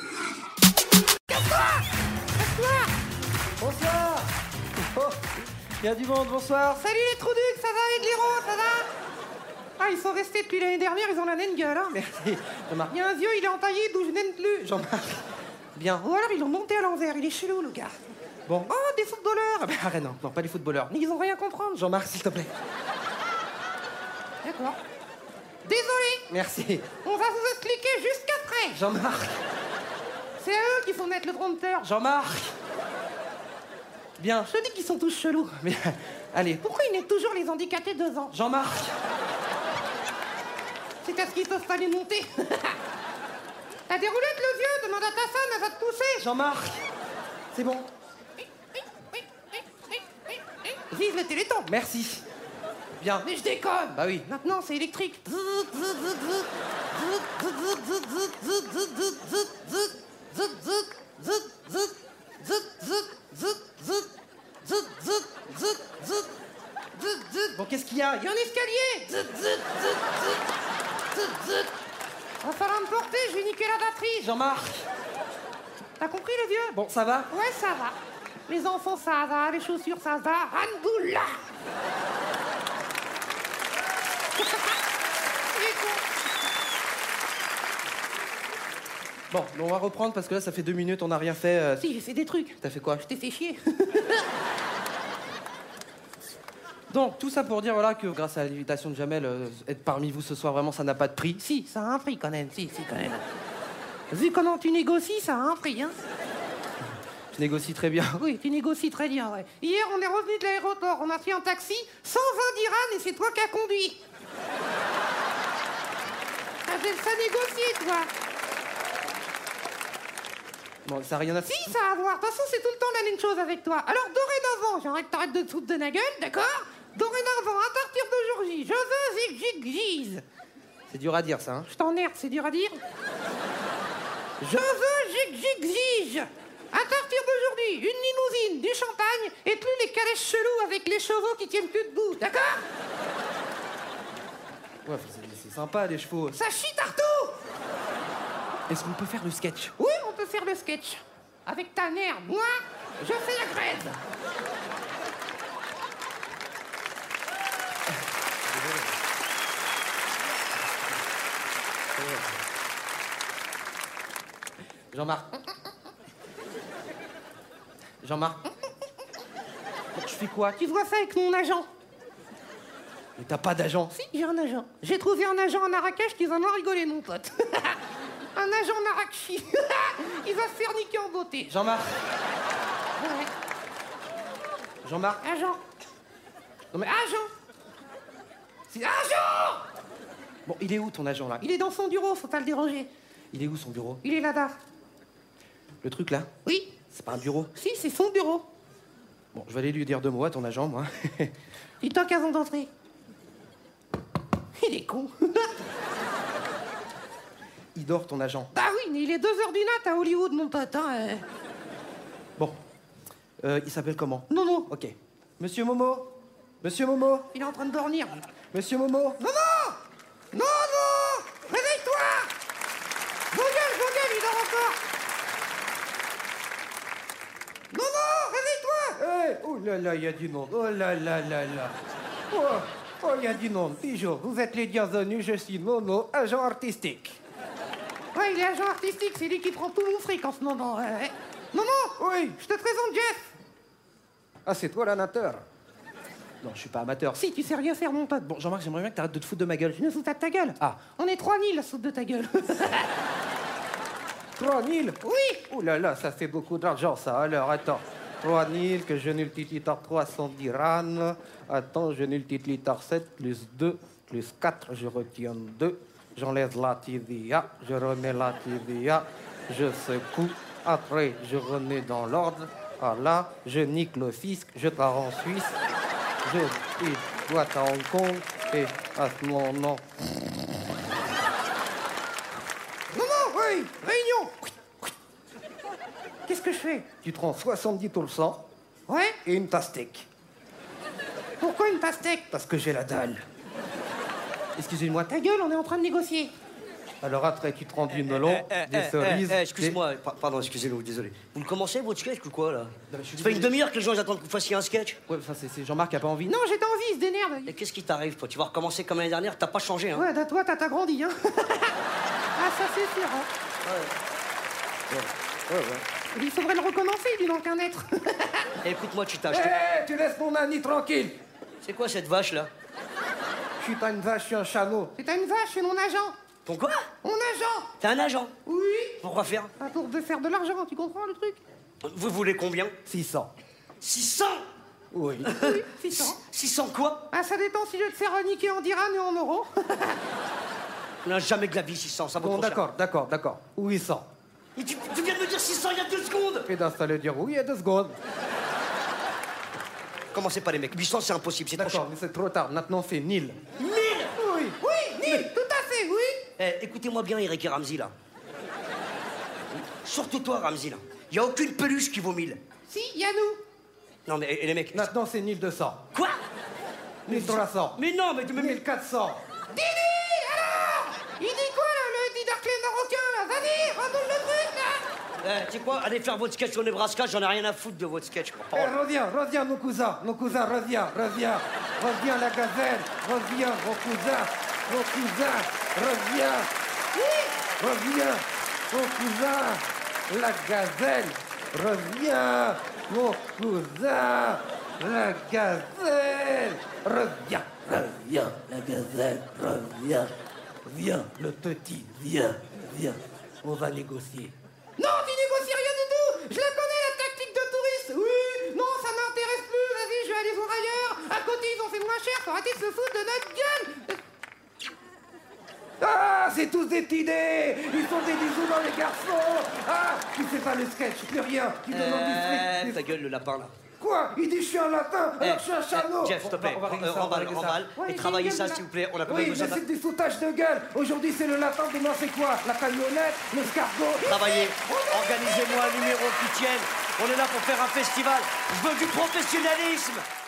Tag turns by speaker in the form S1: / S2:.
S1: Oh,
S2: Il y a du monde, bonsoir.
S1: Salut les Trouducs, ça va avec l'héros, ça va Ah, ils sont restés depuis l'année dernière, ils ont la naine gueule, hein
S2: Merci. Jean-Marc.
S1: Il y a un vieux, il est entaillé d'où je n'aime plus. Genre,
S2: Jean-Marc. Bien.
S1: Ou alors ils l'ont monté à l'envers, il est chelou le gars.
S2: Bon.
S1: Oh, des footballeurs
S2: Ah ben, arrête, non, non, pas les footballeurs.
S1: Ils ont rien à comprendre, genre.
S2: Jean-Marc, s'il te plaît.
S1: D'accord. Désolé,
S2: Merci.
S1: on va vous expliquer jusqu'après.
S2: Jean-Marc.
S1: C'est à eux qui font naître le prompteur.
S2: Jean-Marc. Bien.
S1: Je te dis qu'ils sont tous chelous.
S2: Bien. Allez.
S1: Pourquoi ils naissent toujours les handicapés deux ans
S2: Jean-Marc.
S1: C'est parce qu'ils peuvent pas les monter. T'as des roulettes, le vieux Demande à ta femme, elle va te pousser.
S2: Jean-Marc. C'est bon.
S1: Vive le téléthon
S2: Merci. Bien.
S1: Mais je déconne
S2: Bah oui.
S1: Maintenant, c'est électrique.
S2: Bon, qu'est-ce qu'il y a
S1: Il y a un escalier Va falloir me porter, je vais niquer la batterie
S2: Jean-Marc.
S1: T'as compris, le vieux
S2: Bon, ça va
S1: Ouais, ça va. Les enfants, ça va. Les chaussures, ça va. Angoula Il est con.
S2: Bon, on va reprendre parce que là, ça fait deux minutes, on n'a rien fait. euh,
S1: Si, j'ai fait des trucs.
S2: T'as fait quoi
S1: Je t'ai fait chier.
S2: Donc, tout ça pour dire voilà, que grâce à l'invitation de Jamel, euh, être parmi vous ce soir, vraiment, ça n'a pas de prix.
S1: si, ça a un prix quand même. Si, si, quand même. Vu comment tu négocies, ça a un prix, hein
S2: Je négocie très bien.
S1: Oui, tu négocies très bien, ouais. Hier, on est revenu de l'aéroport, on a pris un taxi, 120 dirhams, et c'est toi qui as conduit. T'avais Ah, ça négocier, toi
S2: Bon, ça n'a rien à
S1: Si, ça a à voir. De toute façon, c'est tout le temps la même chose avec toi. Alors, dorénavant, j'aimerais que t'arrêtes de te foutre de ma gueule, d'accord Dorénavant, à partir d'aujourd'hui, je veux Zigzigzise.
S2: C'est dur à dire, ça. Hein.
S1: Je t'emmerde, c'est dur à dire. Je veux Zigzigzige. À partir d'aujourd'hui, une limousine, du champagne et plus les calèches chelous avec les chevaux qui tiennent plus debout, d'accord
S2: Ouais, c'est- c'est sympa, les chevaux.
S1: Ça chie partout
S2: Est-ce qu'on peut faire le sketch
S1: Oui, on peut faire le sketch. Avec ta mère, moi, je fais la grève.
S2: Jean-Marc. Jean-Marc. Bon, je fais quoi
S1: Tu vois ça avec mon agent
S2: Mais t'as pas d'agent.
S1: Si, j'ai un agent. J'ai trouvé un agent en Marrakech qui va m'en rigoler, mon pote. un agent Marrakchi. Il va se faire niquer en beauté.
S2: Jean-Marc.
S1: Ouais.
S2: Jean-Marc.
S1: Agent.
S2: Non mais.
S1: Agent. C'est agent
S2: Bon, il est où ton agent là
S1: Il est dans son bureau, faut pas le déranger.
S2: Il est où son bureau
S1: Il est là-bas.
S2: Le truc là
S1: Oui.
S2: C'est pas un bureau.
S1: Si, c'est son bureau.
S2: Bon, je vais aller lui dire deux mots à ton agent, moi.
S1: Il toque avant d'entrer. Il est con.
S2: il dort ton agent.
S1: bah oui, mais il est 2h du mat à Hollywood, mon pote. hein, euh.
S2: Bon. Euh, il s'appelle comment
S1: Non, non.
S2: Ok. Monsieur Momo Monsieur Momo
S1: Il est en train de dormir.
S2: Monsieur Momo
S1: Non, non Non, non Réveille-toi Vos gueule, vos gueule, il dort encore Non, non Réveille-toi
S2: Eh, Oh là là, il y a du monde. Oh là là là là. Oh, oh, il y a du monde. Toujours. Vous êtes les bienvenus. Je suis Momo, agent artistique.
S1: Ouais, il est agent artistique, c'est lui qui prend tout mon fric en ce moment. ouais, ouais. Non, non Oh,
S2: Oui.
S1: Je te présente Jeff
S2: Ah, c'est toi l'amateur. Non, je suis pas amateur. Si.
S1: Si, tu sais rien faire, mon pote.
S2: Bon, Jean-Marc, j'aimerais bien que t'arrêtes de te foutre de ma gueule.
S1: Je me fous pas de ta gueule.
S2: Ah.
S1: On est 3000 la soupe de ta gueule.
S2: 3000
S1: oui
S2: Oh là là, ça fait beaucoup d'argent, ça. Alors, attends. 3000 que je multiplie par 300 dirhams. Attends, je multiplie par 7, plus 2, plus 4, je retiens 2. J'enlève la TVA, je remets la TVA, je secoue. Après, je remets dans l'ordre. Ah là, je nique le fisc, je pars en Suisse. Je suis doit à Hong Kong et à ce moment...
S1: Maman Oui Réunion Qu'est-ce que je fais
S2: Tu prends 70%
S1: Ouais
S2: et une pastèque.
S1: Pourquoi une pastèque
S2: Parce que j'ai la dalle. Excusez-moi,
S1: Ta gueule, on est en train de négocier.
S2: Alors après, tu te rends du melon,
S3: Eh, eh,
S2: des
S3: eh,
S2: cerises.
S3: eh, eh,
S2: des-
S3: excuse-moi, pa- pardon, excusez-nous, désolé. Vous le commencez votre sketch ou quoi là
S2: Non, mais je suis
S3: Ça fait une
S2: désolé.
S3: demi-heure que les gens ils attendent que vous fassiez un sketch.
S2: Ouais, enfin, c'est- c'est Jean-Marc qui a pas envie.
S1: Non, j'ai pas envie, il se dénerve.
S3: Et qu'est-ce qui t'arrive toi Tu vas recommencer comme l'année dernière, t'as pas changé hein
S1: Ouais, t'as- toi, t'as t'as grandi, hein. ah, ça, c'est sûr. hein.
S3: Ouais, ouais, ouais.
S1: Il faudrait le recommencer, lui, donc, un être.
S3: Eh, Écoute-moi, Chita, je
S2: Hé,
S3: te-
S2: Eh, tu laisses mon ami tranquille
S3: c'est quoi cette vache là
S2: Je suis pas une vache, je suis un chameau.
S1: C'est une vache, c'est mon agent.
S3: Ton quoi
S1: Mon agent
S3: T'es un agent
S1: Oui
S3: Pourquoi faire
S1: Pas Pour de faire de l'argent, tu comprends le truc
S3: Vous voulez combien
S2: 600.
S3: 600
S2: Oui.
S1: Oui, 600.
S3: 600 quoi
S1: Ah, ça dépend si je te sers niquer en dirham et en euros.
S3: On n'a jamais de la vie 600, ça vaut
S2: Bon,
S3: trop cher.
S2: d'accord, d'accord, d'accord. Ou 800.
S3: Mais tu, tu viens de me dire 600 il y a deux secondes
S2: Et d'installer dire oui, il y a deux secondes.
S3: Commencez pas les mecs, 800 c'est impossible, c'est trop cher.
S2: D'accord, mais c'est trop tard. Maintenant, c'est 1000.
S3: 1000
S2: Oui.
S1: Oui, Neil, tout à fait, oui.
S3: Eh, écoutez-moi bien, Eric et Ramzi, là. Surtout toi, Ramzi, là. Y a aucune peluche qui vaut 1000.
S1: Si, y a nous.
S3: Non, mais et les mecs.
S2: Maintenant, c'est 1200.
S3: Quoi
S2: 1300.
S3: Mais non, mais tu me.
S2: 1400.
S1: Didi, alors Il dit quoi, là, le didactile marocain, là Vas-y, raconte le truc, là
S3: Eh, tu sais quoi Allez faire votre sketch au Nebraska, j'en ai rien à foutre de votre sketch. quoi.
S2: Eh, reviens, reviens, nos cousins, nos cousins, reviens, reviens, reviens la gazelle, reviens, nos cousins, nos cousins, reviens, reviens, nos cousins, la gazelle, reviens, nos cousins, la gazelle, reviens, reviens, la gazelle, reviens, viens, le petit, viens, viens, on va négocier.
S1: Non, tu négocies rien du tout Je la connais, la tactique de touriste Oui, non, ça m'intéresse plus, vas-y, je vais aller voir ailleurs À côté, ils ont fait moins cher, faut arrêter de se foutre de notre gueule
S2: Ah, c'est tous des tidés Ils sont des bisous dans les garçons Ah, tu sais pas le sketch, plus rien Tu demandes
S3: Eh,
S2: du fric
S3: ta
S2: du-
S3: gueule, le lapin, là.
S2: Quoi Il dit je suis un latin, alors
S3: Eh,
S2: Eh, je suis un
S3: eh,
S2: charlot
S3: Jeff, s'il te plaît,
S2: On va- on va régler
S3: euh,
S2: ça, on va
S3: remballe,
S2: régler ça.
S3: remballe.
S1: Ouais,
S3: Et
S1: j'ai
S3: travaillez
S1: une
S3: ça,
S1: gueule,
S3: s'il vous plaît. On a pas
S2: Oui, mais
S3: besoin
S2: c'est
S3: de.
S2: des sautages de gueule Aujourd'hui c'est le latin, demain c'est quoi La camionnette, l'escargot
S3: Travaillez. Organisez-moi un numéro qui tienne. On est là pour faire un festival. Je veux du professionnalisme.